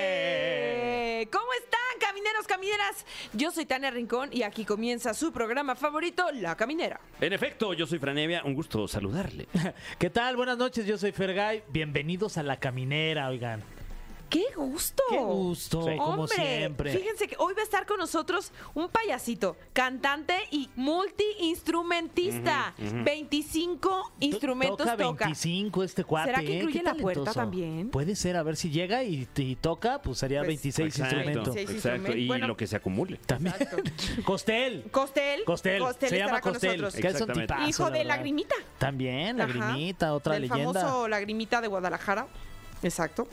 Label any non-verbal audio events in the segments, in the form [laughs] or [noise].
Eh, ¿Cómo están, camineros, camineras? Yo soy Tania Rincón y aquí comienza su programa favorito, La Caminera. En efecto, yo soy Franevia, un gusto saludarle. [laughs] ¿Qué tal? Buenas noches, yo soy Fergay. Bienvenidos a La Caminera, oigan. ¡Qué gusto! Qué gusto, Sí. como Hombre, siempre. fíjense que hoy va a estar con nosotros un payasito, cantante y multiinstrumentista. 25 instrumentos toca toca. 25 este cuate. ¿Será que ¿eh? Qué incluye la puerta talentoso. también? Puede ser, a ver si llega y, y toca, pues sería Pues, 26 Exacto, instrumentos. 26 Exacto, y Bueno. lo que se acumule. También. [laughs] Costel. Costel. Costel. Se estará llama con Costel. nosotros. Que es un Exactamente. tipazo, Hijo la de verdad. Lagrimita. También, Ajá. Lagrimita, otra Del leyenda. famoso Lagrimita de Guadalajara. Exacto.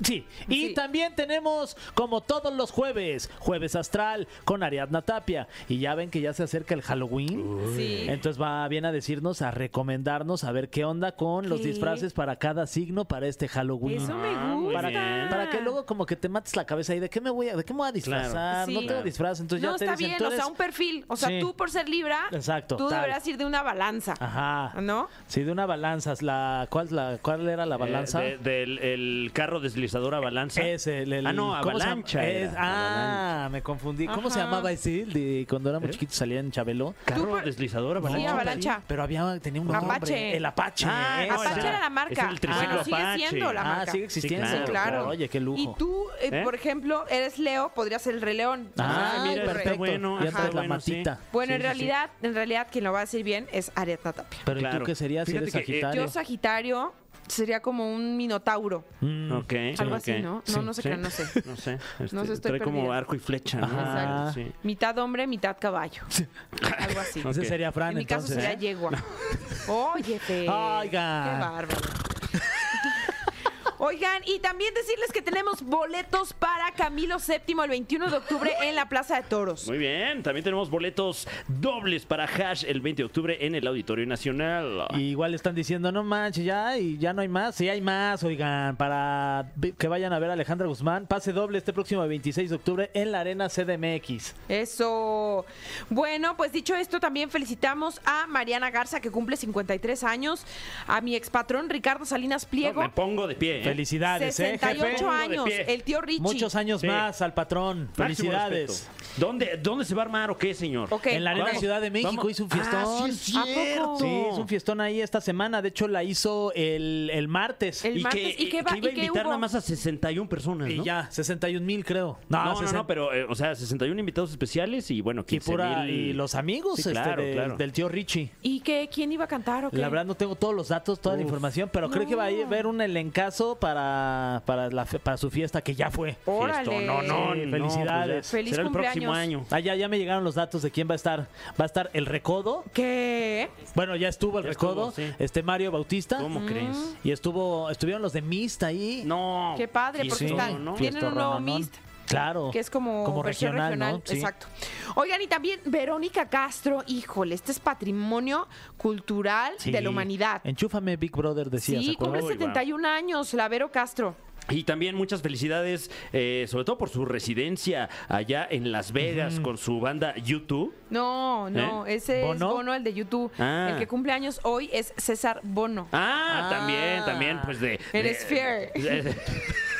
Sí, y Sí. también tenemos, como todos los jueves, Jueves Astral con Ariadna Tapia. Y ya ven que ya se acerca el Halloween. Sí. Entonces va bien a decirnos, a recomendarnos, a ver qué onda con los ¿Qué? disfraces para cada signo para este Halloween. Eso Ah, me muy gusta. Para, bien. para que luego como que te mates la cabeza y de qué me voy a, de qué me voy a disfrazar, Sí. no tengo Claro. disfraz, entonces no, ya te está dicen, bien, tú o sea, eres- un perfil. O sea, Sí. tú por ser Libra, Exacto, tú tal. deberás ir de una balanza. Ajá. Ah, ¿No? Sí, de una balanza, la ¿cuál la cuál era la balanza? Eh, de- del el carro deslizador a balanza. Ese, el, el- ah, no, ¿cómo se llama? avalancha. era, Es- ah, avalancha. me confundí. ¿Cómo se Ajá. llamaba ese? El de cuando éramos ¿Eh? chiquitos salía en Chabelo. Carro por- deslizador a Sí, balanza. avalancha. Pero había, tenía un nombre. Apache. El Apache. Ah, ese. Apache ya. era la marca. Es el triciclo bueno, sigue Apache. siendo la ah, marca. sigue existiendo. Sí, claro. claro. Oye, qué lujo. Y tú, eh, ¿Eh? por ejemplo, eres Leo, podrías ser el Rey León. Ah, Ah, mira, el perfecto. está Rey. bueno. Ya está traes la bueno, sí. matita. Bueno, en Sí, sí, sí. realidad, en realidad, quien lo va a decir bien es Ariadna Tapia. Pero ¿y Claro. tú qué serías si Fíjate eres que, eh, Sagitario? Yo, Sagitario, sería como un minotauro. Mm. Ok. algo ok. así, ¿no? No, no sé Sí. qué, no sé. [laughs] No sé. No sé, este, estoy trae como perdida. arco y flecha, ¿no? Ajá. Sí. Mitad hombre, mitad caballo. Algo así. Mm, Ok. Ese sería Fran, En mi caso entonces. sería ¿eh? yegua. [laughs] Oye, Fer, Oigan. Qué bárbaro. Oigan, y también decirles que tenemos boletos para Camilo VII el 21 de octubre en la Plaza de Toros. Muy bien, también tenemos boletos dobles para Hash el 20 de octubre en el Auditorio Nacional. Y igual están diciendo, no manches, ya, y ya no hay más. Sí, hay más, oigan, para vi- que vayan a ver a Alejandra Guzmán. Pase doble este próximo 26 de octubre en la Arena CDMX. Eso. Bueno, pues dicho esto, también felicitamos a Mariana Garza, que cumple 53 años, a mi expatrón Ricardo Salinas No, Pliego, me pongo de pie. ¿eh? Felicidades, ¿eh, 68 jefe? años, De pie. el tío Richie. Muchos años Sí. más al patrón. Máximo Felicidades. respeto. ¿Dónde, ¿Dónde se va a armar o qué, señor? Ok. En la Arena Vamos, Ciudad de México vamos. hizo un Ah, fiestón. sí, ¿A poco? es cierto. Sí, hizo un fiestón ahí esta semana. De hecho, la hizo el, el martes. El y martes, que, ¿y qué va- que iba y a qué invitar hubo? nada más a 61 personas, Y ¿no? ya, 61 mil, creo. No, no, no, 60. pero, eh, o sea, 61 invitados especiales y bueno, Y, 15 pura- mil. y los amigos Sí, este, claro, de- claro. del tío Richie. ¿Y qué? ¿Quién iba a cantar o qué? La verdad no tengo todos los datos, toda la Uf. información, pero creo que va a No. haber un elencazo para, para, la, fe- para su fiesta que ya fue. Órale. Fiestón. No, no, Sí, no, felicidades. pues ya. Feliz Será el próximo cumpleaños. año. Ah, ya, ya me llegaron los datos de quién va a estar. Va a estar el Recodo. ¿Qué? Bueno, ya estuvo el Ya Recodo. estuvo, sí. Este Mario Bautista. ¿Cómo crees? Mm. Y estuvo, estuvieron los de Mist ahí. No. Qué padre, porque fiestón, están- ¿no? tienen un nuevo Fiestorrononón. Mist. Claro. que es como, versión regional, regional, ¿no? Sí. Exacto. Oigan, y también Verónica Castro, híjole, este es patrimonio cultural Sí. de la humanidad. Enchúfame Big Brother, decía. ¿se Sí, acuerdan? cumple Uy, 71 años, la Vero Castro. Y también muchas felicidades, eh, sobre todo por su residencia allá en Las Vegas con su banda YouTube. No, no, ese ¿Bono? es Bono, el de YouTube. Ah. El que cumple años hoy es César Bono. Ah, Ah. también, también, pues de. El de- Sphere. de- [laughs]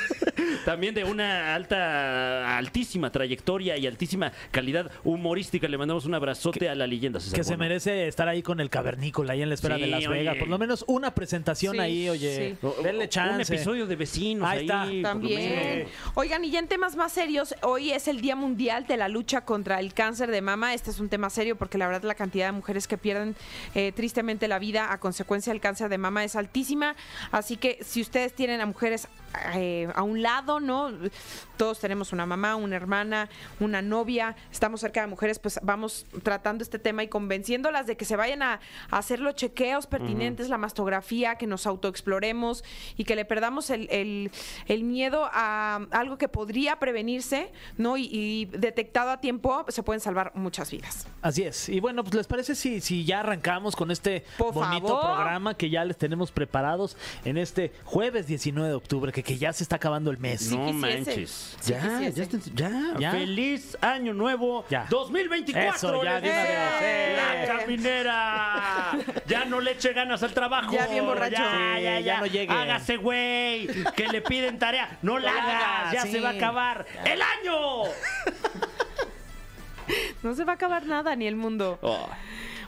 También de una alta, altísima trayectoria y altísima calidad humorística. Le mandamos un abrazote a la leyenda. César Que se Bono. merece estar ahí con el cavernícola, ahí en la espera Sí, de Las Vegas. oye. Por lo menos una presentación Sí, ahí, oye. sí. Denle chance. Un episodio de vecinos. Ahí Ahí, está. por lo También. menos. Oigan, y ya en temas más serios, hoy es el Día Mundial de la Lucha contra el Cáncer de Mama. Este es un tema serio porque la verdad la cantidad de mujeres que pierden eh, tristemente la vida a consecuencia del cáncer de mama es altísima. Así que si ustedes tienen a mujeres eh, a un un lado, ¿no? Todos tenemos una mamá, una hermana, una novia, estamos cerca de mujeres, pues vamos tratando este tema y convenciéndolas de que se vayan a, a hacer los chequeos pertinentes, la mastografía, que nos autoexploremos y que le perdamos el, el- el miedo a algo que podría prevenirse, ¿no? Y- y detectado a tiempo, se pueden salvar muchas vidas. Así es. Y bueno, pues les parece si, si ya arrancamos con este Por bonito favor. programa que ya les tenemos preparados en este jueves 19 de octubre, que, que ya se está acabando el mes. Sí no quisiese. manches. Sí ya, ya, quisiese. está- ya, Ya. Feliz año nuevo. Ya. 2024. Eso, ya les de una deseo. vez. La ¡Eh! caminera. Ya no le eche ganas al trabajo. Ya bien borracho. Ya, Sí, ya, ya no llegue. Hágase, güey. Que le piden tarea. No la No la hagas. hagas, Ya sí. se va a acabar. ¡El año! No se va a acabar nada ni el mundo.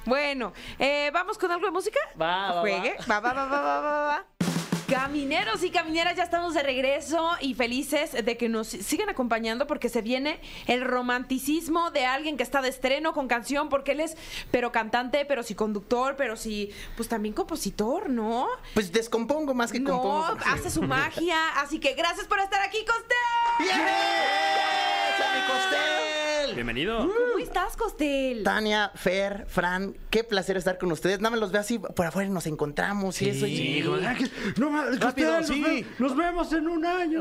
Bueno, eh, vamos con algo de música. Va, va, va. Juegue. Va, va, va, va, va, va, va. Camineros y camineras, ya estamos de regreso y felices de que nos sigan acompañando porque se viene el romanticismo de alguien que está de estreno con canción porque él es pero cantante, pero sí conductor, pero sí pues también compositor, ¿no? Pues descompongo más que No, compongo. hace su magia, así que gracias por estar aquí, Costel. ¡Bien! ¡Eso, mi costel! Bienvenido. ¿Cómo estás, Costel? Tania, Fer, Fran, qué placer estar con ustedes. Nada más los veo así por afuera y nos encontramos y eso. y- Sí, joder, que- no mames, que Rápido, ustedes sí. nos, ve- nos vemos en un año.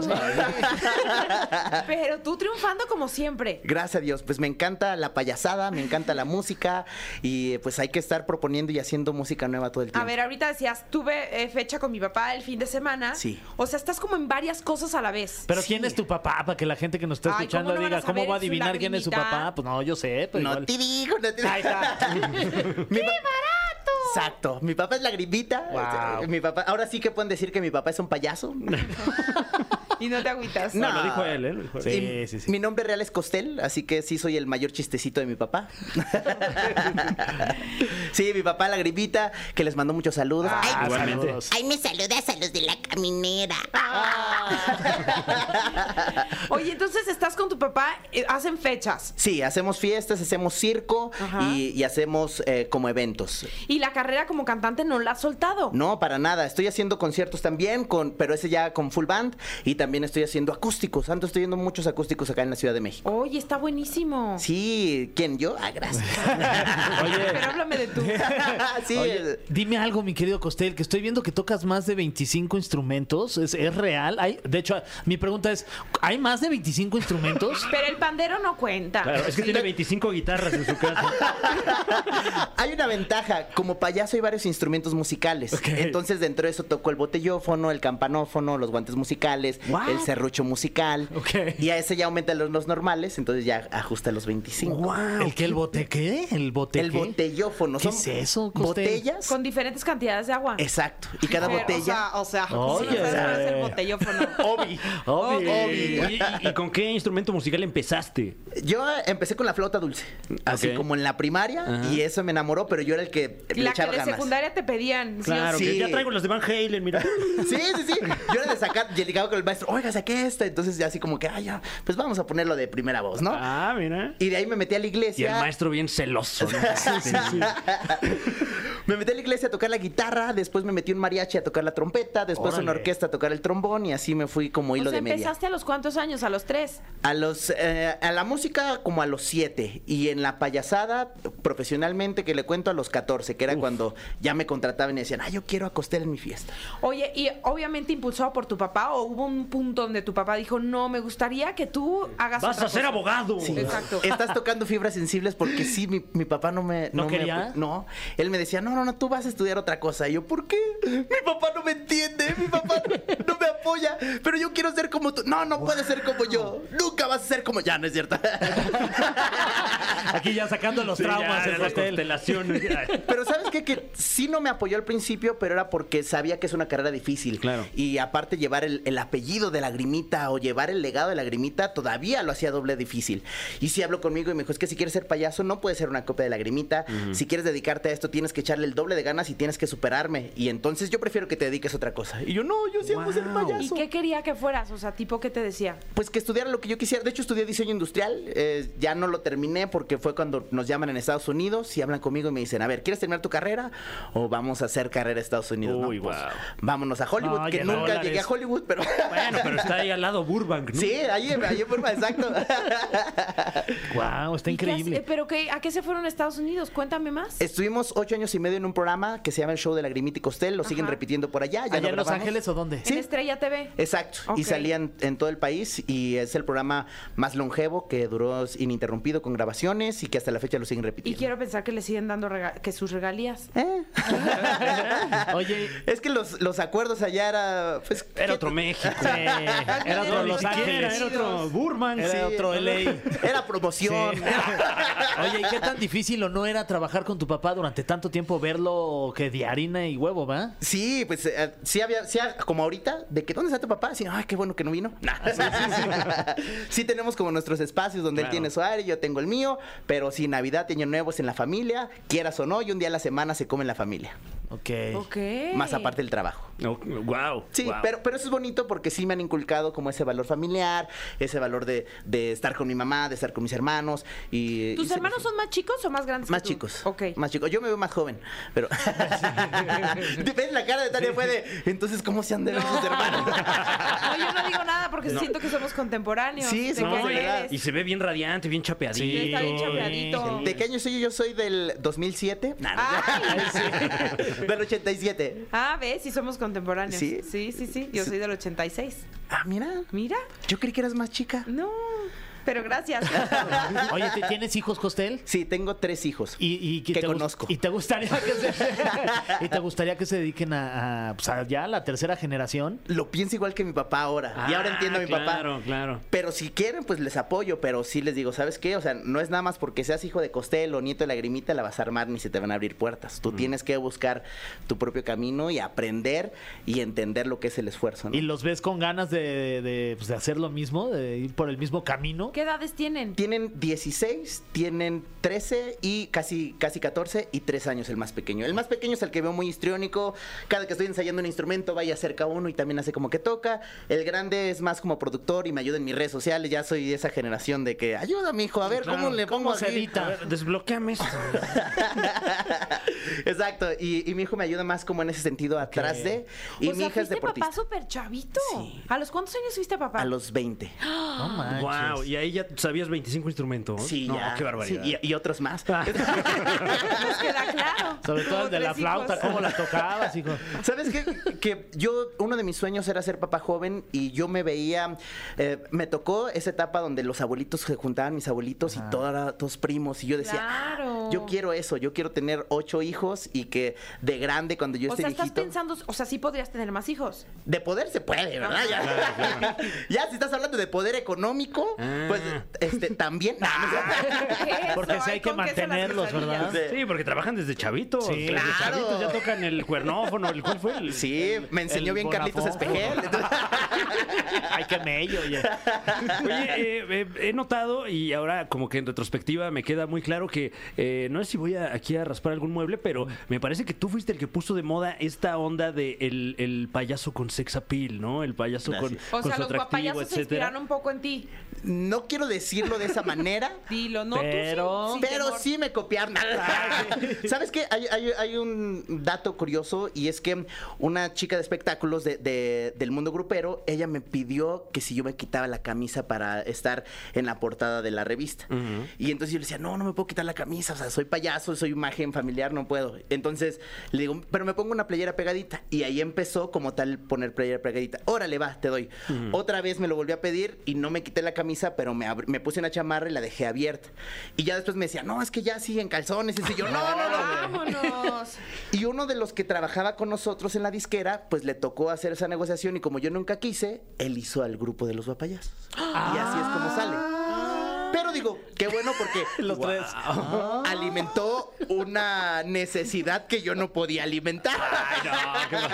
Pero tú triunfando como siempre. Gracias a Dios, pues me encanta la payasada, me encanta la música y eh, pues hay que estar proponiendo y haciendo música nueva todo el tiempo. A ver, ahorita decías, tuve eh, fecha con mi papá el fin de semana. Sí. O sea, estás como en varias cosas a la vez. Pero Sí. ¿quién es tu papá? Para que la gente que nos está Ay, escuchando ¿cómo no van a diga, ¿cómo saber? va a Es su adivinar quién es su lagrimita. papá? Pues no, yo sé, pero no igual. te digo, no te digo. Ahí está. Mi pa- Exacto. Mi papá es lagrimita. Wow. Eh, Mi papá, ahora sí que pueden decir que mi papá es un payaso. [laughs] Y no te agüitas. No. Lo dijo él, ¿eh? Lo dijo él. Sí, Y sí, sí. Mi nombre real es Costel, así que sí soy el mayor chistecito de [laughs] mi papá. sí, mi papá, Lagrimita, que les mandó muchos saludos. Ah, Ay, igualmente. saludos. Ahí me saludas a los de la caminera. Oye, entonces estás con tu papá, eh, hacen fechas. Sí, hacemos fiestas, hacemos circo Ajá. y, y hacemos eh, como eventos. Y la carrera como cantante no la has soltado. No, para nada. Estoy haciendo conciertos también, con, pero ese ya con full band. Y también estoy haciendo acústicos. Antes estoy yendo a muchos acústicos acá en la Ciudad de México. Oye, está buenísimo. Sí, ¿quién? ¿Yo? Ah, [laughs] gracias. Pero háblame de tú. [laughs] sí, Oye, el- dime algo, mi querido Costel, que estoy viendo que tocas más de 25 instrumentos. ¿Es, es real? Hay, de hecho, mi pregunta es, ¿hay más de 25 instrumentos? [laughs] Pero el pandero no cuenta. Claro, es que tiene 25 guitarras en su casa. [laughs] Hay una ventaja, como payaso hay varios instrumentos musicales. Ok. Entonces dentro de eso tocó el botellófono, el campanófono, los guantes musicales, What? el serrucho musical. Ok. Y a ese ya aumenta los, los normales, entonces ya ajusta los 25. ¿El que el bote qué? ¿El bote El qué? botellófono. ¿Qué es eso, Costel? Botellas. Con diferentes cantidades de agua. Exacto. Y cada Pero, botella. O sea, o sea, Oye. sí, no sabes cuál es el botellófono. Obi. Obi. Obi. Oye, ¿y, y con qué instrumento musical empezaste? Yo empecé con la flauta dulce, así Ok. como en la primaria, Ajá. y eso me enamoró, pero yo era el que [laughs] le La que echaba de ganas. secundaria te pedían. ¿sí o Claro, sí? que Sí. ya traigo los de Van Halen, mira. Sí, sí, sí. Yo era de sacar, y llegaba con el maestro, oiga, saqué esta. Entonces ya así como que, ay, ya, pues vamos a ponerlo de primera voz, ¿no? Ah, mira. Y de ahí me metí a la Y el iglesia. maestro bien celoso. ¿no? [laughs] [laughs] me metí a la iglesia a tocar la guitarra, después me metí un mariachi a tocar la trompeta, después una Órale. orquesta a tocar el trombón y así me fui como o hilo sea, de media. empezaste a los cuántos años, a los tres. A los eh, a la música como a los 7 y en la payasada profesionalmente que le cuento a los 14, que era cuando ya me contrataban y decían, "Ah, yo quiero acostar en mi fiesta." Oye, y obviamente impulsado por tu papá, o hubo un punto donde tu papá dijo, no, me gustaría que tú hagas. Vas otra a ser cosa"? abogado. Este Sí. Exacto. Estás tocando fibras sensibles porque sí, mi, mi papá no me... ¿No me- quería? no. Él me decía, no, no, no, tú vas a estudiar otra cosa. Y yo, ¿por qué? Mi papá no me entiende, mi papá no, no me apoya, pero yo quiero ser como tú. No, no puedes ser como yo. Nunca vas a ser como... Ya, no [laughs] es cierto. Aquí ya sacando los Sí, traumas. ya, el las Costel. constelaciones. Pero ¿sabes qué? Que sí no me apoyó al principio, pero era porque sabía que es una carrera difícil. Claro. Y aparte llevar el, el apellido de Lagrimita o llevar el legado de Lagrimita todavía lo hacía doble difícil. Y sí habló conmigo y me dijo, es que si quieres ser payaso no puedes ser una copia de Lagrimita. Si quieres dedicarte a esto tienes que echarle el doble de ganas y tienes que superarme. Y entonces yo prefiero que te dediques a otra cosa. Y yo, no, yo sí amo ser Wow. payaso. ¿Y qué quería que fueras? O sea, tipo, ¿qué te decía? Pues que estudiara lo que yo quisiera. De hecho, estudié diseño industrial. eh, ya no lo terminé porque fue cuando nos llaman en Estados Unidos y hablan conmigo y me dicen, a ver, ¿quieres terminar tu carrera o vamos a hacer carrera a Estados Unidos? Uy, no, pues, guau. vámonos a Hollywood, No, que ya nunca dólares. llegué a Hollywood, pero... Bueno, pero está ahí al lado Burbank, ¿no? Sí, ahí, ahí en forma, exacto. [laughs] Wow, está ¿Y qué hace- increíble. eh, ¿Pero qué, a qué se fueron a Estados Unidos? Cuéntame más. Estuvimos ocho años y medio en un programa que se llama El Show de la Grimita y Costel. Lo siguen Ajá. repitiendo por allá. Ya ¿Allá lo en Los grabamos. Ángeles o dónde? sí. En Estrella TV. Exacto. Y Ok. salían en todo el país y es el programa más longevo que duró ininterrumpido con grabaciones y que hasta la fecha lo siguen Y repitiendo. quiero pensar que le siguen dando rega- que sus regalías. ¿Eh? Oye, es que los, los acuerdos allá era... pues, Era otro México. Sí, [laughs] era otro No, ni Los siquiera, Ángeles. Era otro Burbank. Era Sí. otro LA. [laughs] Era promoción. Sí. [laughs] Oye, ¿y qué tan difícil o no era trabajar con tu papá durante tanto tiempo, verlo que de harina y huevo, va? Sí, pues eh, sí había, sí, ah, como ahorita, de que ¿dónde está tu papá? Sí, ay, qué bueno que no vino. Nah. Sí, [laughs] tenemos como nuestros espacios donde él Claro. tiene su área, yo tengo el mío, pero si Navidad y Año Nuevo es en la familia, quieras o no, y un día a la semana se come en la familia, Ok. Ok. más aparte del trabajo. wow. Sí, pero, pero eso es bonito porque sí me han inculcado como ese valor familiar, ese valor de, de estar con mi mamá, de estar con mis hermanos. Y, y ¿Tus se- hermanos son más chicos o más grandes? Más que tú? chicos. Ok. Más chicos. Yo me veo más joven, [laughs] pero. [laughs] ¿Ves la cara de Tania? Fue de. Entonces, ¿cómo se han de ver sus hermanos? [laughs] No, yo no digo nada porque No. siento que somos contemporáneos. Sí, ¿De somos qué No, año de la edad. y, eres? y se ve bien radiante, bien chapeadito. Sí, está bien chapeadito. [laughs] ¿De qué año soy yo? Yo soy del 2007. [laughs] Nah, no, Ay. [laughs] Del 87. Ah, ves, sí somos contemporáneos. Sí. sí, sí, sí. Yo soy del 86. Ah, mira. Mira, Yo creí que eras más chica. no, pero gracias. Oye, ¿te- ¿tienes hijos, Costel? Sí, tengo tres hijos. Y, y Que te gust- conozco. Y te gustaría que se, [laughs] y te gustaría que se dediquen a, a, pues, a ya la tercera generación. Lo pienso igual que mi papá ahora. y ahora entiendo a mi Ah, papá. Claro, claro. Pero si quieren, pues les apoyo, pero sí les digo, ¿sabes qué? O sea, no es nada más porque seas hijo de Costel o nieto de Lagrimita, la vas a armar ni se te van a abrir puertas. Mm. Tú tienes que buscar tu propio camino y aprender y entender lo que es el esfuerzo, ¿no? ¿Y los ves con ganas de, de, pues, de hacer lo mismo, de ir por el mismo camino? [laughs] ¿Qué edades tienen? Tienen 16, tienen 13 y casi, casi 14 y 3 años el más pequeño. El más pequeño es el que veo muy histriónico. Cada que estoy ensayando un instrumento, vaya cerca uno y también hace como que toca. El grande es más como productor y me ayuda en mis redes sociales. Ya soy de esa generación de que ayuda, mi hijo, a ver cómo le pongo ¿Cómo se aquí?" edita? A ver, desbloqueame esto. Exacto. Y, y mi hijo me ayuda más como en ese sentido atrás de. Y o mi sea, hija es fuiste deportista. papá súper chavito. Sí. ¿A los cuántos años fuiste papá? A [gasps] los 20. No manches. wow, y ahí ya sabías 25 instrumentos. Sí, no, ya. qué barbaridad. Ah. Sí, y, y otros más. Nos queda claro. [laughs] Sobre todo Como el de la tres flauta, hijos. cómo la tocabas, [laughs] hijo. [laughs] ¿Sabes qué? Que yo, uno de mis sueños era ser papá joven y yo me veía, eh, me tocó esa etapa donde los abuelitos se juntaban, mis abuelitos y todos los primos, y yo decía, "Ah, Claro. yo quiero eso, yo quiero tener ocho hijos y que de grande, cuando yo O esté sea, estás este viejito, pensando, o sea, sí podrías tener más [laughs] hijos. de poder se puede, ¿verdad? Ya, Ya, si estás hablando de poder económico, Ah. pues este, también. No, no Ah, sé. ¿Qué es Porque eso? sí Ay, hay que con queso las mantenerlos, quesadillas. ¿verdad? Sí. Sí, porque trabajan desde chavitos. Sí, Desde claro. chavitos ya tocan el cuernófono, el cuál fue el. Sí, me enseñó el bien Carlitos Bonafón. Espejel. entonces- Ay, qué mello, oye. Oye, eh, eh, he notado y ahora como que en retrospectiva me queda muy claro que eh, no sé si voy a- aquí a raspar algún mueble, pero me parece que tú fuiste el que puso de moda esta onda de el, el payaso con sex appeal, ¿no? El payaso con, Gracias. O Pues con sea, su los atractivo, guapayazos se etcétera. inspiraron un poco en ti. no quiero decirlo de esa manera. Dilo, no Pero- tú Oh, sí. sin Pero temor. sí me copiaron. [laughs] ¿Sabes qué? Hay, hay- hay un dato curioso y es que una chica de espectáculos de- de- del mundo grupero, ella me pidió que si yo me quitaba la camisa para estar en la portada de la revista. Y entonces yo le decía, no, no me puedo quitar la camisa, o sea, soy payaso, soy imagen familiar, no puedo. Entonces le digo, pero me pongo una playera pegadita. Y ahí empezó como tal poner playera pegadita. Órale, va, te doy. Otra vez me lo volví a pedir y no me quité la camisa, pero me, abr- me puse una chamarra y la dejé abierta. Y ya después me decía, no, es que ya sí, en calzones. Y yo, [laughs] no, no, no. [laughs] Vámonos. Y uno de los que trabajaba con nosotros en la disquera, pues le tocó hacer esa negociación y como yo nunca quise, él hizo al grupo de los guapayazos. Y así es como sale. Pero digo, qué bueno porque Los tres. alimentó Ah, una necesidad que yo no podía alimentar. Ay, no, qué mal.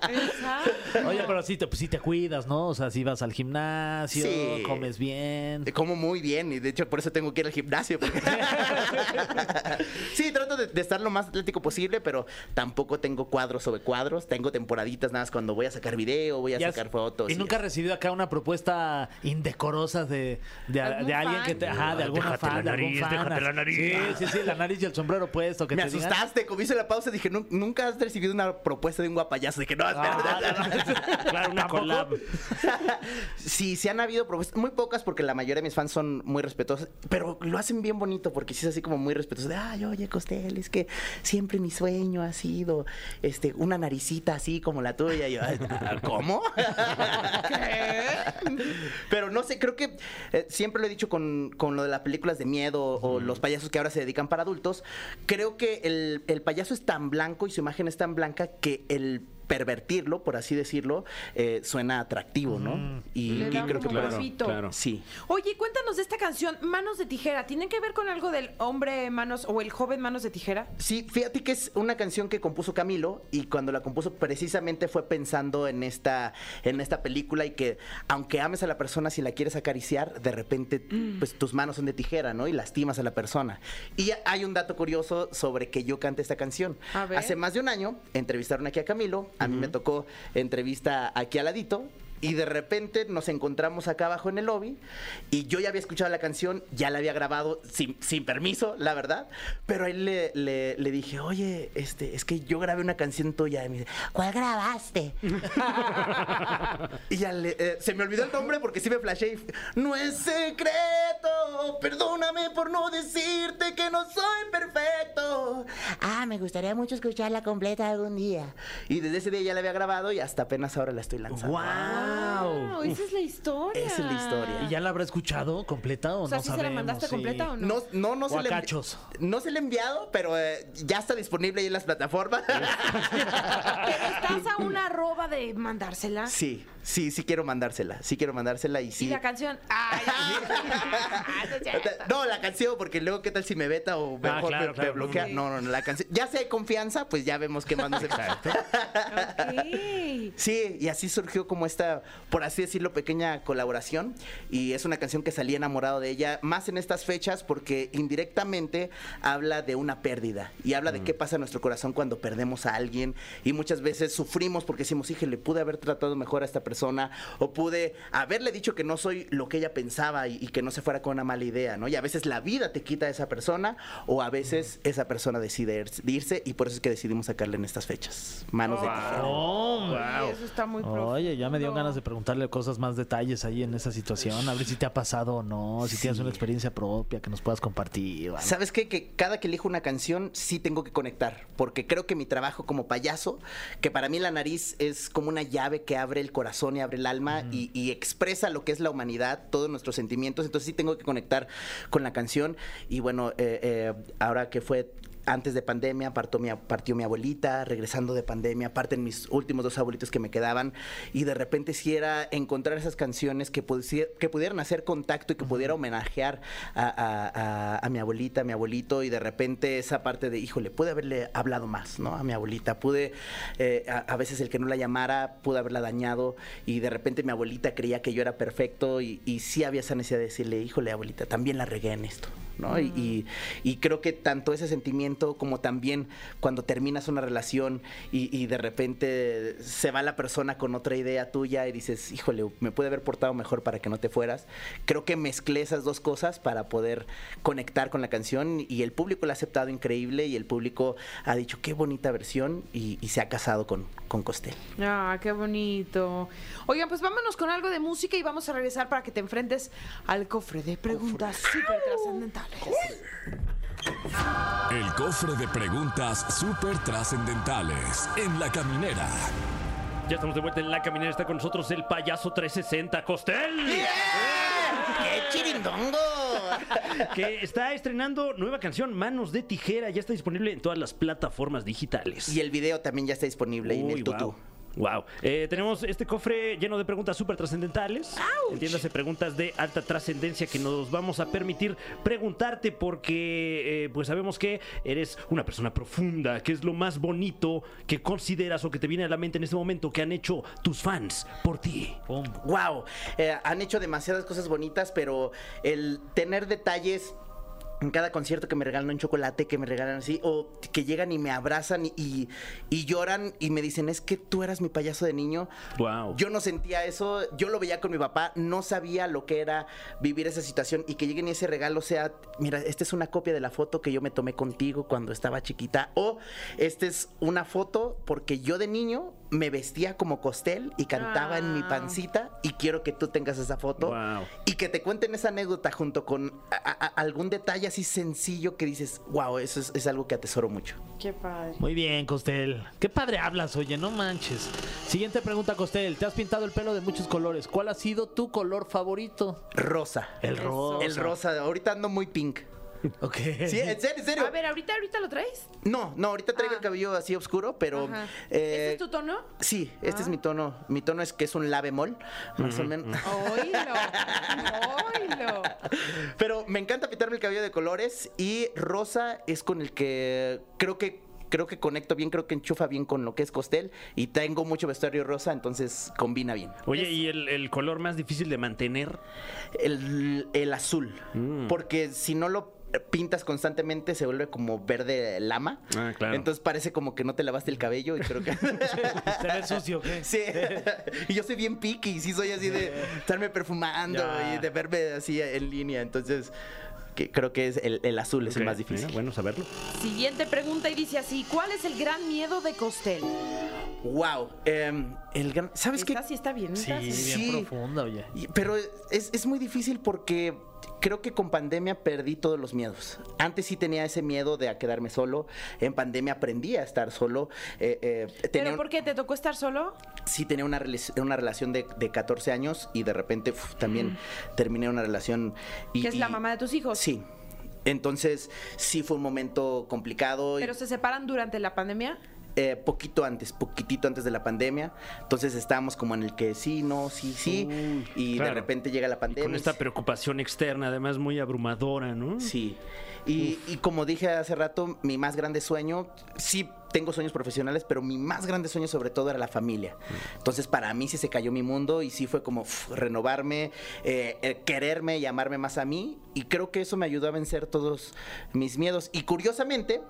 cabeza. Oye, pero sí te, pues sí te cuidas, ¿no? O sea, si vas al gimnasio, Sí. comes bien. Como muy bien, y de hecho por eso tengo que ir al gimnasio. porque- [laughs] sí, trato de, de estar lo más atlético posible, pero tampoco tengo cuadros sobre cuadros. Tengo temporaditas nada más cuando voy a sacar video, voy a Ya sacar has- fotos. Y y- nunca has recibido acá una propuesta indecorosa de, de, ¿Algún de alguien fan? que te. Ajá, de alguna Déjate la fan, de algún nariz, fan. déjate la nariz. Sí, sí, sí, la nariz y el sombrero puesto. Que Me te digan- asustaste, como hice la pausa, dije, "Nu- nunca has recibido una propuesta de un guapayazo. Dije, no, Ah, espera, [laughs] Claro, una collab. Sí, sí han habido propuestas, muy pocas porque la mayoría de mis fans son muy respetuosos, pero lo hacen bien bonito porque sí es así como muy respetuoso. De, ay, oye, Costel, es que siempre mi sueño ha sido este, una naricita así como la tuya. Y yo, "Ay, ah, ¿cómo? pero no sé, creo que eh, siempre lo he dicho con, con lo de las películas de miedo o los payasos que ahora se dedican para adultos. Creo que el, el payaso es tan blanco y su imagen es tan blanca que el pervertirlo, por así decirlo, eh, suena atractivo, ¿no? Y, Le y da creo que como por más ahí- Papito. claro. Sí. Oye, cuéntanos de esta canción, Manos de Tijera. ¿Tienen que ver con algo del hombre manos o el joven manos de tijera? Sí, fíjate que es una canción que compuso Camilo y cuando la compuso precisamente fue pensando en esta, en esta película y que aunque ames a la persona, si la quieres acariciar, de repente Mm. pues tus manos son de tijera, ¿no? Y lastimas a la persona. Y hay un dato curioso sobre que yo cante esta canción. A ver. Hace más de un año entrevistaron aquí a Camilo, a mí me tocó entrevista aquí al ladito. Y de repente nos encontramos acá abajo en el lobby y yo ya había escuchado la canción, ya la había grabado sin, sin permiso, la verdad. Pero a él le, le- le dije, oye, este, es que yo grabé una canción tuya. Y me dice, ¿Cuál grabaste? y ya le- eh, se me olvidó el nombre porque sí me flashé. y f- no es secreto, perdóname por no decirte que no soy perfecto. Ah, me gustaría mucho escucharla completa algún día. Y desde ese día ya la había grabado y hasta apenas ahora la estoy lanzando. ¡Wow! Wow, esa es la historia. Esa es la historia. ¿Y ya la habrá escuchado completa o, O sea, no ¿sí se la mandaste completa o no? No, no, no se le Guacachos. No se le ha enviado, pero eh, ya está disponible ahí en las plataformas. Pero estás a una arroba de mandársela. sí, sí, sí quiero mandársela. Sí quiero mandársela y sí. Y la canción. [laughs] Ay, ay, no Ah, es cierto. no, la canción, porque luego qué tal si me veta o mejor me- Ah, claro, me, claro. bloquea. Sí. No, no, no, la canción. Ya si hay confianza, pues ya vemos qué más nos Ok. Sí, y así surgió como esta, por así decirlo, pequeña colaboración. Y es una canción que salí enamorado de ella, más en estas fechas, porque indirectamente habla de una pérdida y habla de qué pasa en nuestro corazón cuando perdemos a alguien. Y muchas veces sufrimos porque decimos, híjole, le pude haber tratado mejor a esta persona o pude haberle dicho que no soy lo que ella pensaba y, y que no se fuera con una mala idea, ¿no? Y a veces la vida te quita a esa persona o a veces esa persona decide irse y por eso es que decidimos sacarle en estas fechas. Manos de tijera. Oye, Eso está muy profundo. Oye, ya me dio ganas de preguntarle cosas más detalles ahí en esa situación, a ver si te ha pasado o no, si tienes una experiencia propia que nos puedas compartir. o algo. ¿Sabes qué? Que cada que elijo una canción sí tengo que conectar, porque creo que mi trabajo como payaso, que para mí la nariz es como una llave que abre el corazón y abre el alma y, y expresa lo que es la humanidad, todos nuestros sentimientos, entonces sí tengo que conectar con la canción y bueno, eh, eh, ahora que fue... Antes de pandemia partió mi, partió mi abuelita, regresando de pandemia, parten mis últimos dos abuelitos que me quedaban y de repente sí era encontrar esas canciones que, pudiese- que pudieran hacer contacto y que pudiera homenajear a, a- a- a mi abuelita, a mi abuelito, y de repente esa parte de, híjole, pude haberle hablado más, ¿no? A mi abuelita, pude, eh, a, a veces el que no la llamara, pude haberla dañado, y de repente mi abuelita creía que yo era perfecto, y, y sí había esa necesidad de decirle, híjole, abuelita, también la regué en esto, ¿no? Y- y, y creo que tanto ese sentimiento como también cuando terminas una relación y, y de repente se va la persona con otra idea tuya y dices, híjole, me puede haber portado mejor para que no te fueras. Creo que mezclé esas dos cosas para poder conectar con la canción y el público la ha aceptado increíble y el público ha dicho, qué bonita versión y, y se ha casado con, con Costel. Ah, qué bonito. Oigan, pues vámonos con algo de música y vamos a regresar para que te enfrentes al cofre de preguntas súper trascendentales. El cofre de preguntas súper trascendentales en la caminera. Ya estamos de vuelta en la caminera. Está con nosotros el payaso 360 Costel. ¡Qué chirindongo! Que está estrenando nueva canción, Manos de Tijera. Ya está disponible en todas las plataformas digitales. Y el video también ya está disponible y en Uy, el tutú. guau. Wow. tenemos este cofre lleno de preguntas súper trascendentales. Entiéndase, preguntas de alta trascendencia que nos vamos a permitir preguntarte porque eh, pues sabemos que eres una persona profunda, que es lo más bonito que consideras o que te viene a la mente en este momento que han hecho tus fans por ti. wow, Eh, han hecho demasiadas cosas bonitas, pero el tener detalles en cada concierto que me regalan un chocolate, que me regalan así, o que llegan y me abrazan y, y, y lloran y me dicen, es que tú eras mi payaso de niño. Wow. Yo no sentía eso, yo lo veía con mi papá, no sabía lo que era vivir esa situación y que lleguen y ese regalo sea, mira, esta es una copia de la foto que yo me tomé contigo cuando estaba chiquita, o esta es una foto porque yo de niño me vestía como costel y cantaba en mi Ah. pancita y quiero que tú tengas esa foto Wow. y que te cuenten esa anécdota junto con a- a- algún detalle así sencillo que dices, wow, eso es, es algo que atesoro mucho. Qué padre. Muy bien, Costel. Qué padre hablas, oye, no manches. Siguiente pregunta, Costel. Te has pintado el pelo de muchos colores. ¿Cuál ha sido tu color favorito? Rosa. El rojo. El rosa, ahorita ando muy pink. Ok. [laughs] Sí, en serio, en serio. A ver, ahorita, ahorita lo traes. No, no, ahorita traigo Ah. el cabello así oscuro, pero. Ajá. eh, ¿Ese es tu tono? Ah. Sí, este es mi tono. Mi tono es que es un la bemol, más o menos. Oílo. Oílo. [laughs] Pero me encanta pintarme el cabello de colores y rosa es con el que creo que creo que conecto bien, creo que enchufa bien con lo que es costel y tengo mucho vestuario rosa, entonces combina bien. Oye, ¿y el, el color más difícil de mantener? El, el azul, Mm. porque si no lo pintas constantemente se vuelve como verde lama. Ah, claro. Entonces parece como que no te lavaste el cabello y creo [laughs] que Se ve sucio, ¿qué? Sí, [laughs] y yo soy bien picky, sí soy así de estarme perfumando Ya. y de verme así en línea, entonces que creo que es el, el azul es el Ok, ¿eh? más difícil. mira, bueno saberlo. Siguiente pregunta y dice así: ¿Cuál es el gran miedo de Costel? Wow, em, el gran, ¿sabes qué? Esta sí está bien. Sí, esta bien sí. Sí. profunda, oye. Y- Pero es, es muy difícil porque creo que con pandemia perdí todos los miedos. Antes sí tenía ese miedo de a quedarme solo. En pandemia aprendí a estar solo. Eh, eh, tenía ¿Pero un- por qué? ¿Te tocó estar solo? sí tenía una, rela- una relación de, de 14 años y de repente uf, también terminé una relación. Y, Mm. Que es la y- mamá de tus hijos. Sí. Entonces sí fue un momento complicado. y- ¿Pero se separan durante la pandemia? eh, poquito antes, poquitito antes de la pandemia. Entonces estábamos como en el que sí, no, sí, sí. y claro. de repente llega la pandemia. Con y esta sí. preocupación externa, además muy abrumadora, ¿no? Sí. Y, y como dije hace rato, mi más grande sueño, sí tengo sueños profesionales, pero mi más grande sueño sobre todo era la familia. Entonces para mí sí se cayó mi mundo y sí fue como uf, renovarme, eh, eh, quererme y amarme más a mí. Y creo que eso me ayudó a vencer todos mis miedos. Y curiosamente,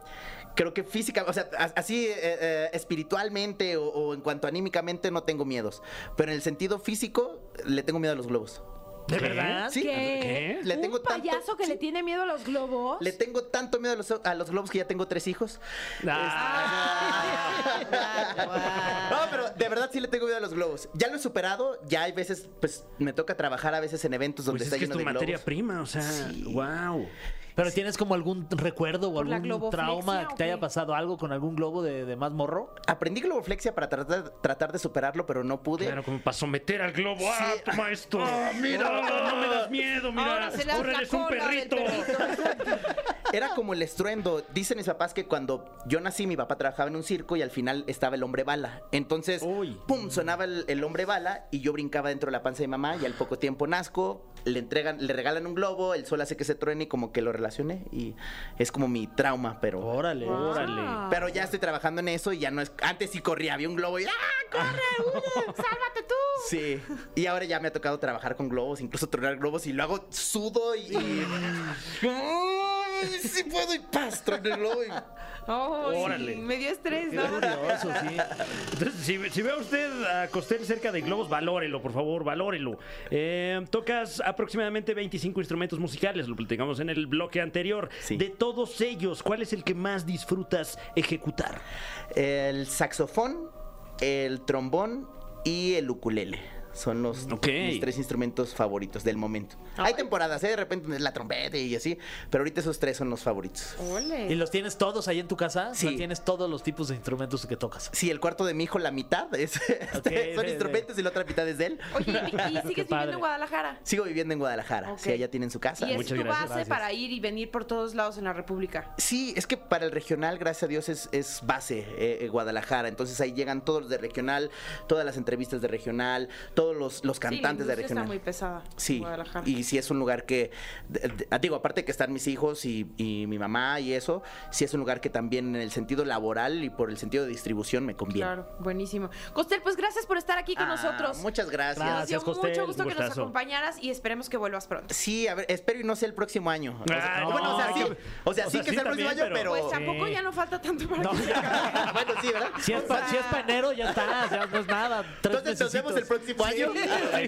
creo que física, o sea, a- así eh, eh, espiritualmente o, o en cuanto anímicamente no tengo miedos. Pero en el sentido físico le tengo miedo a los globos. ¿De ¿Qué? verdad? Sí. ¿Qué? Le tengo ¿Un tanto- payaso que sí. le tiene miedo a los globos? Le tengo tanto miedo a los, a los globos que ya tengo tres hijos. Ah, No, pero de verdad sí le tengo miedo a los globos. Ya lo he superado, ya hay veces, pues me toca trabajar a veces en eventos donde Pues es está que es lleno tu de materia globos. prima, o sea, wow. ¿Pero tienes como algún recuerdo o ¿Por la algún globoflexia trauma o que te qué? haya pasado algo con algún globo de, de más morro? Aprendí globoflexia para tratar, tratar de superarlo, pero no pude. Claro, como para someter al globo. ¡Ah, Sí. toma esto! mira! No me das miedo, mira. Ahora se le hace Ahora la eres un cola del perrito. perrito. Era como el estruendo. Dicen mis papás que cuando yo nací, mi papá trabajaba en un circo y al final estaba el hombre bala. Entonces, Uy. pum, sonaba el, el hombre bala y yo brincaba dentro de la panza de mi mamá y al poco tiempo nazco, le entregan, le regalan un globo, el sol hace que se truene y como que lo relacioné y es como mi trauma, pero. [laughs] Órale. Ah. Pero ya estoy trabajando en eso y ya no es. Antes sí corría, había un globo y ¡ah! ¡Corre! huye, ¡Sálvate tú! Sí. Y ahora ya me ha tocado trabajar con globos, incluso tronar globos y lo hago sudo y. y- ¡Ay, sí puedo y ¡paz! Trono el globo y- Ay, Órale. Me dio estrés, Qué ¿no? curioso, sí. Entonces, si, si ve a usted a Costel cerca de globos, valórelo, por favor, valórelo. Eh, tocas aproximadamente 25 instrumentos musicales, lo platicamos en el bloque anterior. Sí. De todos ellos, ¿cuál es el que más disfrutas ejecutar? El saxofón, el trombón y el ukulele. Son los Ok. mis tres instrumentos favoritos del momento. Hay temporadas, ¿eh? De repente es la trompeta y así, pero ahorita esos tres son los favoritos. Ole. ¿Y los tienes todos ahí en tu casa? Sí. O sea, tienes todos los tipos de instrumentos que tocas. Sí, el cuarto de mi hijo, la mitad es, [laughs] este, de- son de- instrumentos y la otra mitad es de él. [laughs] Oye, ¿y- ¿y, sigues viviendo padre. en Guadalajara? Sigo viviendo en Guadalajara, Ok. sí, allá tienen su casa. Y es Muchas tu gracias. base para ir y venir por todos lados en la República. Sí, es que para el regional, gracias a Dios, es, es base eh, eh, Guadalajara. Entonces ahí llegan todos los de regional, todas las entrevistas de regional, todos los, los cantantes sí, la industria de regional. está muy pesada. en Sí, Guadalajara. y sí es un lugar que, de- de- digo, aparte que están mis hijos y, y mi mamá y eso, sí es un lugar que también en el sentido laboral y por el sentido de distribución me conviene. Claro, buenísimo. Costel, pues gracias por estar aquí con Ah, nosotros. Muchas gracias. Nos dio Gracias, Costel, mucho un gusto que nos gustazo. acompañaras y esperemos que vuelvas pronto. Sí, a ver, espero y no sea el próximo año. O sea, Ah, no, bueno, o sea, hay sí, que- o sea, o sí sea, que sí sea el próximo también, año, pero... pero- Pues tampoco Sí. ya no falta tanto para No, que- [laughs] bueno, sí, ¿verdad? Si es, O sea- pa- si es pa' enero, ya está, ya no es nada. Tres Entonces nos vemos mesecitos. el próximo [laughs] año,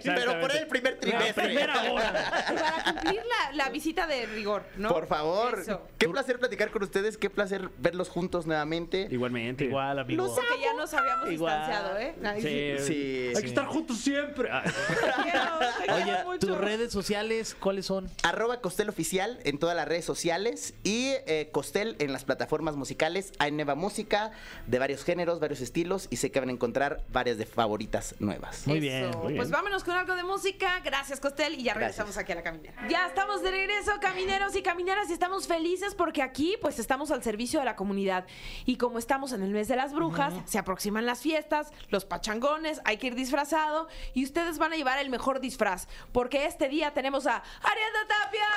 pero por el primer La trimestre. primera hora. para cumplir la, la visita de rigor, ¿no? Por favor. Eso. Qué placer platicar con ustedes, qué placer verlos juntos nuevamente. Igualmente. Igual, amigo. Los Porque ya nos habíamos Igual. distanciado, ¿eh? [laughs] Ay, Sí. Sí. Hay que estar juntos siempre. Ah, te quiero, te quiero Oye, mucho. tus redes sociales, ¿cuáles son? Arroba Costel Oficial en todas las redes sociales y eh, Costel en las plataformas musicales. Hay nueva música de varios géneros, varios estilos y sé que van a encontrar varias de favoritas nuevas. Muy Eso. bien, muy Pues bien. vámonos con algo de música. Gracias, Costel. Y ya regresamos aquí a la caminera. Ya estamos de regreso, camineros y camineras. Y estamos felices porque aquí, pues, estamos al servicio de la comunidad. Y como estamos en el mes de las brujas, se aproximan las fiestas, los pachangones, hay que ir disfrazado. Y ustedes van a llevar el mejor disfraz. Porque este día tenemos a Ariadna Tapia.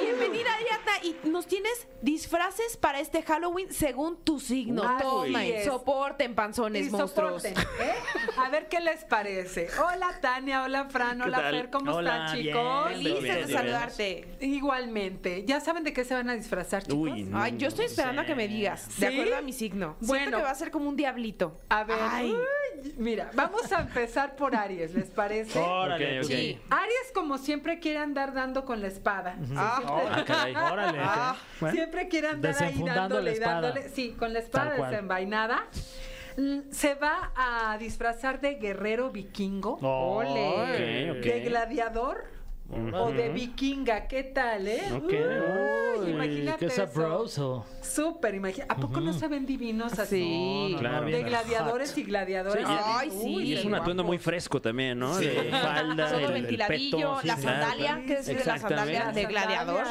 Bienvenida Ariadna y nos tienes disfraces para este Halloween según tu signo. Así Toma, es. soporten panzones Y monstruos. [laughs] soporten, ¿eh? [laughs] A ver qué les parece. Hola Tania, hola Fran, hola tal? Fer, ¿cómo Hola, están bien, chicos? bien, Felices bien, de bien. saludarte. Igualmente, ¿ya saben de qué se van a disfrazar chicos? Uy, no. Ay, yo estoy esperando a que me digas, de ¿Sí? acuerdo a mi signo. Siento Bueno. que va a ser como un diablito. A ver, Ay, uy, mira, vamos a empezar por Aries, ¿les parece? Órale, Ok, ok. sí. Aries, como siempre, quiere andar dando con la espada. Ah, Ah, caray. Órale. Siempre quiere andar ahí Ah, Desenfundando dándole la y espada. dándole. Sí, con la Tal espada cual. desenvainada. L- Se va a disfrazar de guerrero vikingo. Oh, Ole. Ok, ok. De gladiador o de vikinga. ¿Qué tal, eh? Ok. Uy, Uy, imagínate Qué eso. sabroso. Súper, imagínate. ¿A poco no se ven divinos así? Sí. No, no, claro. De gladiadores y gladiadoras. Sí, Ay, Uy, sí. Y es un guapo. atuendo muy fresco también, ¿no? De falda, todo el- el ventiladillo, peto, sí, la claro, sandalia, claro. ¿qué decir de la Exactamente. sandalia de gladiador?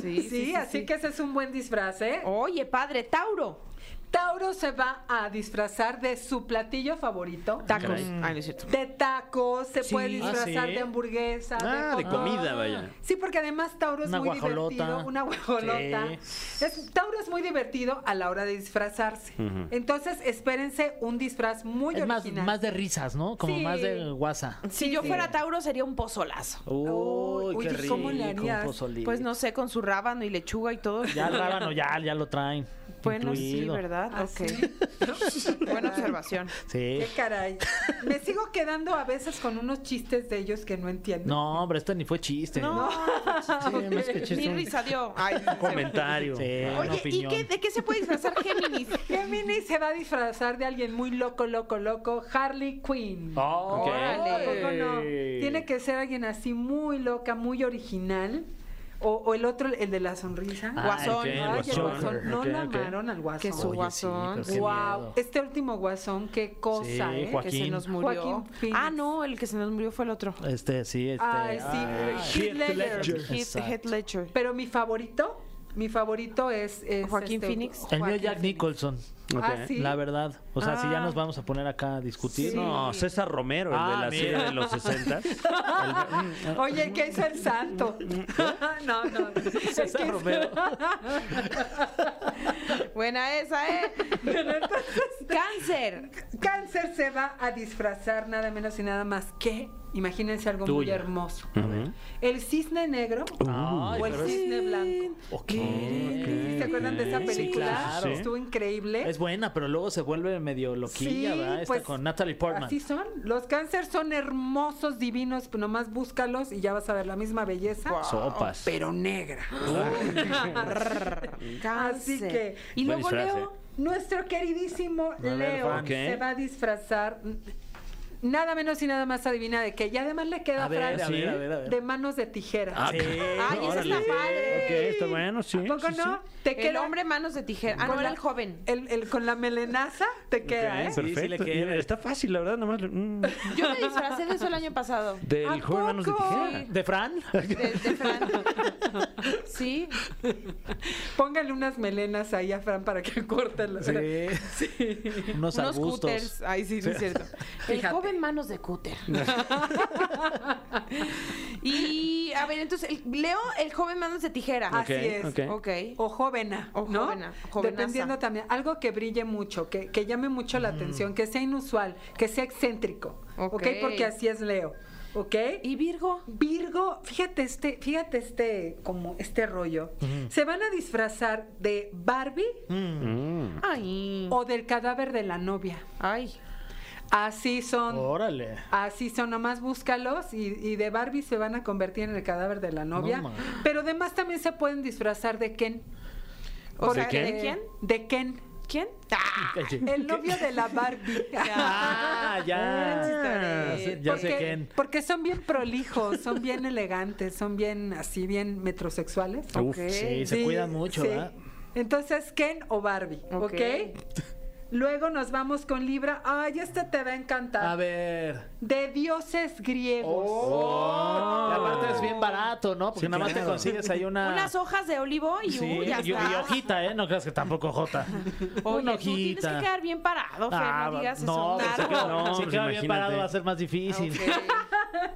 Sí. Sí, así que ese es un buen disfraz, ¿eh? Oye, padre, Tauro. Tauro se va a disfrazar de su platillo favorito. Tacos. Caray. Ay, no es cierto. De tacos, se puede disfrazar Ah, sí. de hamburguesa. Ah, de hot dog. comida, vaya. Sí, porque además Tauro es Una muy guajolota. divertido. Una guajolota. Es- Tauro es muy divertido a la hora de disfrazarse. Ujú. Entonces, espérense un disfraz muy Es más, original. más de risas, ¿no? Como Sí. más de guasa. Si yo fuera Tauro sería un pozolazo. Uy, Uy, qué oye, ¿cómo le rico, harías? un pozolito. Pues no sé, con su rábano y lechuga y todo. Ya el rábano ya, ya lo traen. [laughs] Bueno, sí, incluido. ¿verdad? Así. Ok. [laughs] Buena observación. Sí. Qué caray. Me sigo quedando a veces con unos chistes de ellos que no entiendo. No, hombre, esto ni fue chiste. No, Sí, más que chiste, ni un- risa dio. Ay, Comentario. Sí, una Oye, ¿y opinión. qué, de qué se puede disfrazar Géminis? Gemini se va a disfrazar de alguien muy loco, loco, loco, Harley Quinn. Oh, Ok. ¿A poco no? Tiene que ser alguien así muy loca, muy original. O, o el otro, el de la sonrisa. Ah, Guasón. ok, el Ay, el guasón. guasón. No Ok, la ok. amaron al guasón. Que su Oye, sí, guasón. pero qué wow. miedo. Este último guasón, qué cosa, Sí, ¿eh? Joaquín. Que se nos murió. Joaquín Phoenix. ah, no, el que se nos murió fue el otro. Este, sí, este. Ay, sí. Heath Ledger. Heath, Exacto. Heath [laughs] Ledger. Pero mi favorito, mi favorito es. es este, Joaquín Phoenix. El mío Joaquín Jack Phoenix. Nicholson. Ah, Ok. sí. La verdad. O sea, si ya Ah. nos vamos a poner acá a discutir. Sí. No, César Romero, el de Ah, la mira. serie de los 60. [laughs] [laughs] Oye, ¿qué hizo [laughs] el santo? [laughs] no, no. César ¿Qué hizo? ¿Eh? Romero. Buena esa, ¿eh? [laughs] Cáncer. [laughs] Cáncer se va a disfrazar nada menos y nada más que, imagínense algo muy Tuya. hermoso. El cisne negro Ay, o el pero es- cisne blanco. Ok. ¿Se acuerdan de esa Sí, película? claro. Estuvo increíble. Es buena, pero luego se vuelve medio loquilla, Sí, ¿verdad? Esta pues, con Natalie Portman. Así son. Los cáncer son hermosos, divinos. Nomás búscalos y ya vas a ver la misma belleza. Sopas. Pero negra. Cáncer. Así que, Y luego disfraz, Leo. ¿eh? Nuestro queridísimo ver, Leo Fran. Ok. se va a disfrazar. Nada menos y nada más adivina de qué. Y además le queda A ver, Fran, a ver, a ver, a ver. de manos de tijera. Ah, Sí, Ay, esa está órale. padre. Ok, está bueno, sí. ¿A poco sí, sí. no? Te El queda hombre manos de tijera. Ah, no, con era la- el joven. el- el- con la melenaza te queda, Ok, ¿eh? sí le Perfecto. queda. Y Está fácil, la verdad, nomás. mm, Yo me disfracé de eso el año pasado. Del ¿A joven manos de poco? tijera. ¿De [laughs] Fran? De, de Fran. [laughs] Sí. Póngale unas melenas ahí a Fran para que [laughs] corte la Sí. Unos, unos arbustos. scooters. Ay, sí, sí es [laughs] cierto. El Fíjate. joven manos de cúter. [laughs] y, a ver, entonces, el- leo el joven manos de tijera. Así Ok, es. ok. Ok. O jovena, O ¿no? jovena, jovenaza. Dependiendo también, algo que brille mucho, que, que llame mucho Mm. la atención, que sea inusual, que sea excéntrico, ¿ok? Ok. Porque así es Leo, ¿ok? ¿Y Virgo? Virgo, fíjate este, fíjate este, como este rollo. Se van a disfrazar de Barbie Mm. Ay. o del cadáver de la novia. Ay. Así son. Órale. Así son, nomás búscalos y, y de Barbie se van a convertir en el cadáver de la novia. ma. pero además también se pueden disfrazar de Ken. O sea, Porque- ¿de quién? De Ken. ¿Quién? Ah. El novio de la Barbie. [laughs] Ah, ya. Ah, sí, Ya porque, sé quién. Porque son bien prolijos, son bien elegantes, son bien así, bien metrosexuales. Uf, Ok. sí, Ah, se cuidan mucho, ¿verdad? Entonces, Ken o Barbie, ¿ok? Ok. Luego nos vamos con Libra. Ay, esta te va a encantar. A ver. De dioses griegos. Y aparte es bien barato, ¿no? Porque nada más te consigues ahí una. Unas hojas de olivo y Ah. Sí, uh, ya y, y está. hojita, ¿eh? No creas que tampoco [laughs] jota. Oye, una tú tienes que hojita. quedar bien parado, Fer, Ah, no digas eso. no, pues, un si queda- árbol. No, si pues, queda bien imagínate. parado va a ser más difícil. Ok. [laughs]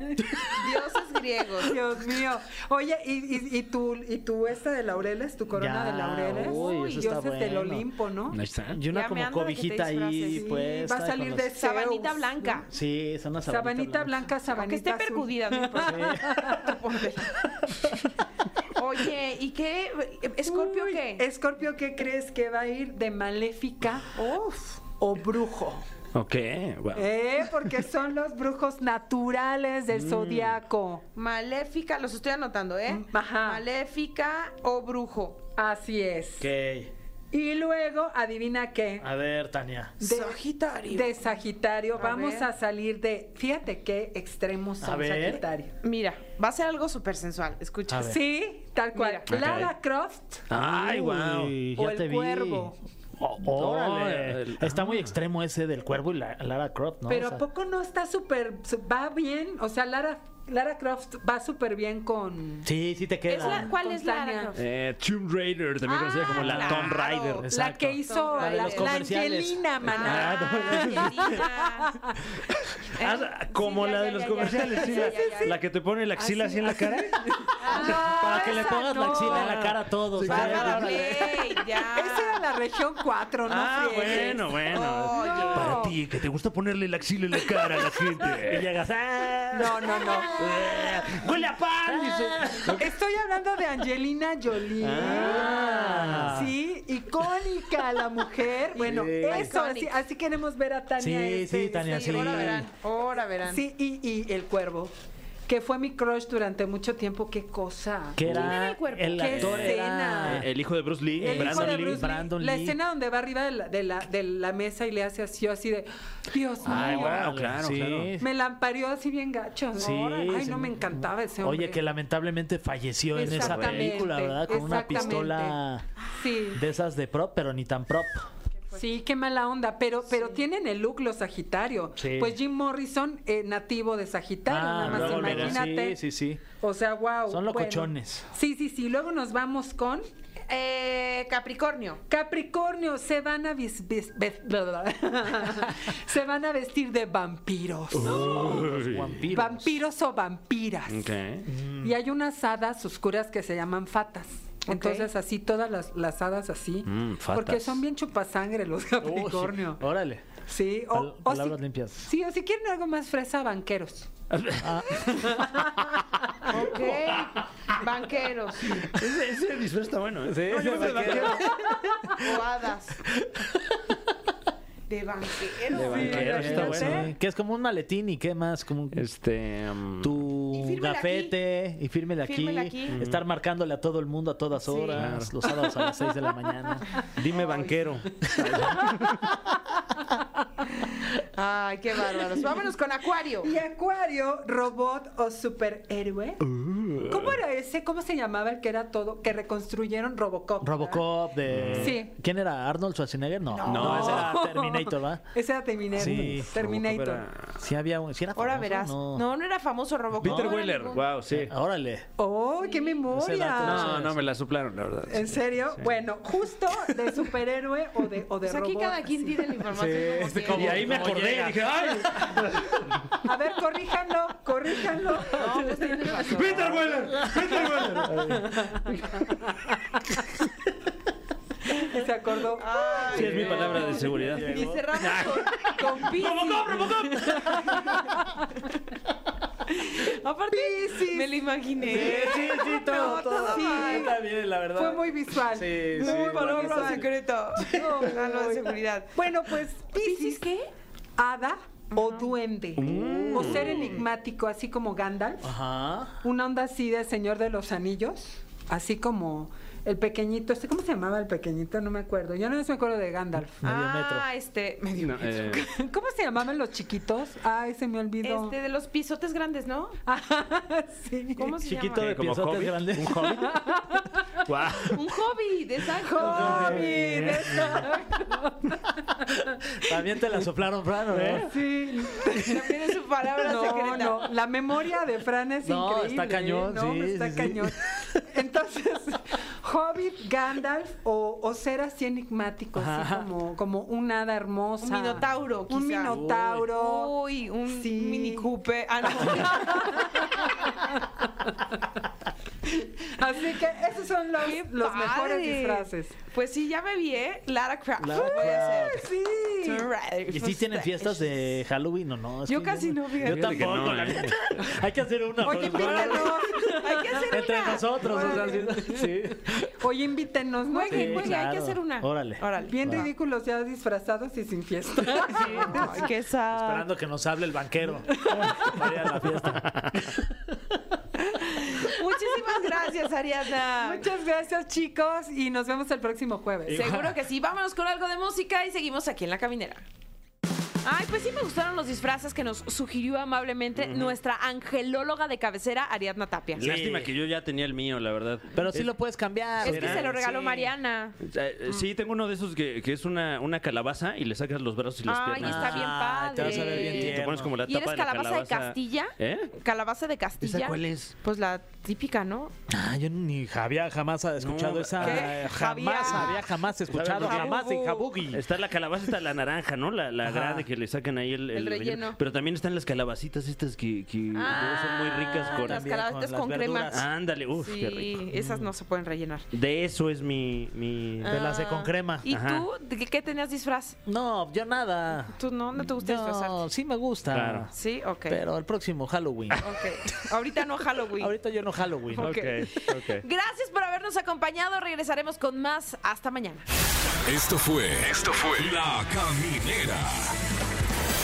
Dioses griegos. Ah, Dios mío. Oye, ¿y, y, y tu, y tu esta de laureles, tu corona Ya, de laureles? uy, eso está dioses del bueno. Olimpo, ¿no? Ahí está. Y una Ya me anda como de que te cobijita ahí, disfraces. pues. va a salir de Sabanita Zeus, blanca. Sí, son una Sabanita blanca, Aunque sabanita esté azul. percudida, [laughs] no importa. Tú ponle. Oye, ¿y qué? ¿Escorpio Uy, qué? Escorpio, ¿qué crees que va a ir de maléfica Uf. o brujo? Ok, wow. ¿Eh? Porque son los brujos naturales del Mm. zodiaco. Maléfica, los estoy anotando, ¿eh? Ajá. Maléfica o brujo. Así es. Ok. Y luego, adivina qué. A ver, Tania. De- Sagitario. De Sagitario, A vamos ver. a salir de. Fíjate qué extremos A son ver. Sagitario. Mira, va a ser algo súper sensual. Escucha. [laughs] A ver. Sí, tal cual. Mira. Lara Croft Ay, wow. Uy, o ya el te vi. cuervo. Oh, órale. No, el- Está muy extremo ese del cuervo y la, Lara Croft, ¿no? Pero O sea, ¿a poco no está súper. su- Va bien. O sea, Lara, Lara Croft va súper bien con. Sí, sí te queda. Es la- ¿Cuál Con es la Tania. Eh, Tomb Raider, también conocida como la claro. Tomb Raider. La Exacto. que hizo La de la, los la comerciales. Angelina, maná. Ah, Angelina. Ah, Eh, como sí, la ya, de ya, los ya, comerciales, ya, sí, ya, la, ya, ya, ya. la que te pone la axila así en la cara. [laughs] Para que le Ah, esa pongas la no. axila en la cara a todos. ¿no? Bárbara Blake, ya. Esa era la región 4, ¿no? ah, friegues. bueno, bueno. Oye. Para ti, que te gusta ponerle la axila en la cara a la gente. Y llegas. ¡ah! No, no, [laughs] no. ¡Huele a pan! dice. Estoy hablando de Angelina Jolie. Ah. Sí, icónica la mujer. Bueno, eso, así, Iconic. así queremos ver a Tania. Sí, este- sí, Tania, Sí, sí. ahora verán, ahora verán. Sí, y, y el cuervo, que fue mi crush durante mucho tiempo. Qué cosa. Que ¿Quién era era el cuervo? el ¿Qué actor escena? era El hijo de Bruce Lee, El hijo Brandon de Lee. Bruce Lee. Brandon La Lee. escena donde va arriba de la, de la, de la mesa y le hace así, yo así de, Dios Ay, mío. Ah, guau, claro, sí. claro. Me lampareó así bien gacho. Sí, Ay, sí. no, me encantaba ese hombre. Oye, que lamentablemente falleció en esa Exactamente, película, ¿verdad? Con una exactamente. pistola Sí, de esas de prop, pero ni tan prop. Pues sí, qué mala onda. Pero, pero tienen el look los Sagitario. Sí. Pues Jim Morrison, eh, nativo de Sagitario, Ah, nada más luego, luego. imagínate. Sí, sí, sí. O sea, wow. Son locochones. Sí, sí, sí. Luego nos vamos con Eh, Capricornio. Capricornio. Se van a vis- vis- ves- [laughs] se van a vestir de vampiros. Uy. Vampiros. Vampiros o vampiras. Ok. Y hay unas hadas oscuras que se llaman fatas. Ok. Entonces, así, todas las, las hadas así. Mm, fatas. Porque son bien chupasangre los Uy, Oh, sí. Capricornio. Órale. Sí, o, Pal- o palabras si, limpias. Sí, o si quieren algo más fresa, banqueros. Ok. Banqueros. [laughs] Ese, ese disfraz está bueno, ¿eh? Sí, No, yo ese me lo vaquero. quiero. Boadas. De banqueros. De banqueros, Está Está bueno. ¿eh? bueno. Que es como un maletín y qué más, como un- Este. um, tu Y su fírmele gafete y fírmele aquí, Fírmele aquí. Ujú. Estar marcándole a todo el mundo a todas Sí. horas, los sábados a las 6 de la [laughs] mañana. Dime banquero. Ay, qué bárbaros. Vámonos con Acuario. ¿Y Acuario, robot o superhéroe? Uh. ¿Cómo era ese? ¿Cómo se llamaba el que era todo? Que reconstruyeron Robocop. ¿verdad? Robocop de... Sí. ¿Quién era? ¿Arnold Schwarzenegger? No, no, ese era Terminator, ¿va? Ese era Terminator. Sí. Terminator. Sí había un... sí era Ahora famoso, verás. No. no, era famoso Robocop. Peter No, era Weller, ningún- wow, sí. Órale. ¡Oh, qué Ese dato memoria! no No, no, me la suplaron, la verdad. ¿En serio? Bueno, justo de superhéroe o de, o de Pues aquí robot, cada quien sí. tiene la información. como este, quiere. Y ahí me ¿Cómo acordé y llega? dije, ¡ay! A ver, corríjanlo, corríjanlo. No, pues tienes razón. ¡Peter Weller! ¡Peter Weller! [laughs] Se acordó. Sí, es mi palabra de seguridad. Y cerramos con, con Piscis. [laughs] Aparte, Piscis. me lo imaginé. Sí, sí, todo, No, todo. todo mal. Está bien, la verdad. Fue muy visual. Sí, sí, Muy Palabra visual. Eh, secreta. No, palabra de seguridad. Bueno, pues ¿Piscis Piscis, qué? hada o duende. O ser enigmático, así como Gandalf. Ah. Ajá. Una onda así de Señor de los Anillos. Así como el pequeñito. este, ¿Cómo se llamaba el pequeñito? No me acuerdo. Yo no me acuerdo de Gandalf. Medio Ah, este, medio No, metro. eh, [laughs] ¿Cómo se llamaban los chiquitos? Ay, se me olvidó. Este, de los pisotes grandes, ¿no? Ah, [laughs] sí. ¿Cómo se Chiquito llama? de ¿Como piezotes hobbit? grandes. ¿Un hobbit? ¡Guau! [laughs] Un hobby, de exacto. [laughs] Hobby, También te la soplaron, Fran, ¿o ¿no? Sí. También es su palabra No, secreta. no, la memoria de Fran es No, increíble. está cañón, ¿eh? No, sí, está sí, sí. cañón. Entonces, [laughs] Hobbit, Gandalf o, o ser así enigmático, así como, como un hada hermosa. Un minotauro, quizá. Un minotauro. Uy, un Sí. mini coupe. Ah, no. Así que esos son los, Qué los mejores padre. disfraces. Pues sí, ya me vi, ¿eh? Lara Croft. Lara Voy a hacer- Sí. ¿Y si tienen fiestas de Halloween o no? Es Pues, eh, Yo que casi no, fíjate. Yo Fíjate que tampoco. no, la ¿eh? neta. [laughs] Hay que hacer una. Oye, por favor. pícanos. Hay que hacer Entre una. nosotros. o sea, Órale. sí. sí. Oye, invítenos, ¿no? Jueguen, Sí, jueguen, hay que claro. hacer una. Órale. Órale. Bien ridículos ya disfrazados y sin fiesta. Ay, qué sad. Esperando que nos hable el banquero. [laughs] Para ir a la fiesta. Muchísimas gracias, Ariadna. Muchas gracias, chicos, y nos vemos el próximo jueves. Seguro que sí. Vámonos con algo de música y seguimos aquí en la caminera. Ay, pues sí me gustaron los disfraces que nos sugirió amablemente nuestra angelóloga de cabecera, Ariadna Tapia. Lástima que yo ya tenía el mío, la verdad. Pero sí lo puedes cambiar. Es que ¿Será? se lo regaló Sí. Mariana. Eh, eh, Sí, tengo uno de esos que, que es una, una calabaza y le sacas los brazos y las Ay, piernas. está bien Ah, padre. te vas a ver bien Y te tierno. pones como la ¿Y eres tapa de la calabaza, de calabaza. Castilla? ¿Eh? ¿Calabaza de Castilla? ¿Esa cuál es? Pues la típica, ¿no? Ah, yo ni Javier jamás ha escuchado No, esa. ¿qué? Jamás Javier. había jamás escuchado. ¿Sabes? Jamás en Jabugu. Jabugi. Está la calabaza, está la naranja, ¿no? La, la grande que le sacan ahí el, El relleno. Pero también están las calabacitas estas que, que luego son muy ricas Ah, con... Las También calabacitas con las con, crema. Ah. verduras. Ándale, uff, sí, qué rico. esas no se pueden rellenar. De eso es mi... mi... Ah, De las de con crema. ¿Y Ajá. tú? ¿De qué- qué tenías disfraz? No, yo nada. ¿Tú no? ¿No te gusta disfrazarte? No, sí me gusta. Claro. Sí, ok. Pero el próximo Halloween. Ok. Ahorita no Halloween. Ahorita yo no Halloween. Ok. ok. Gracias por habernos acompañado. Regresaremos con más. Hasta mañana. Esto fue. Esto fue. La Caminera.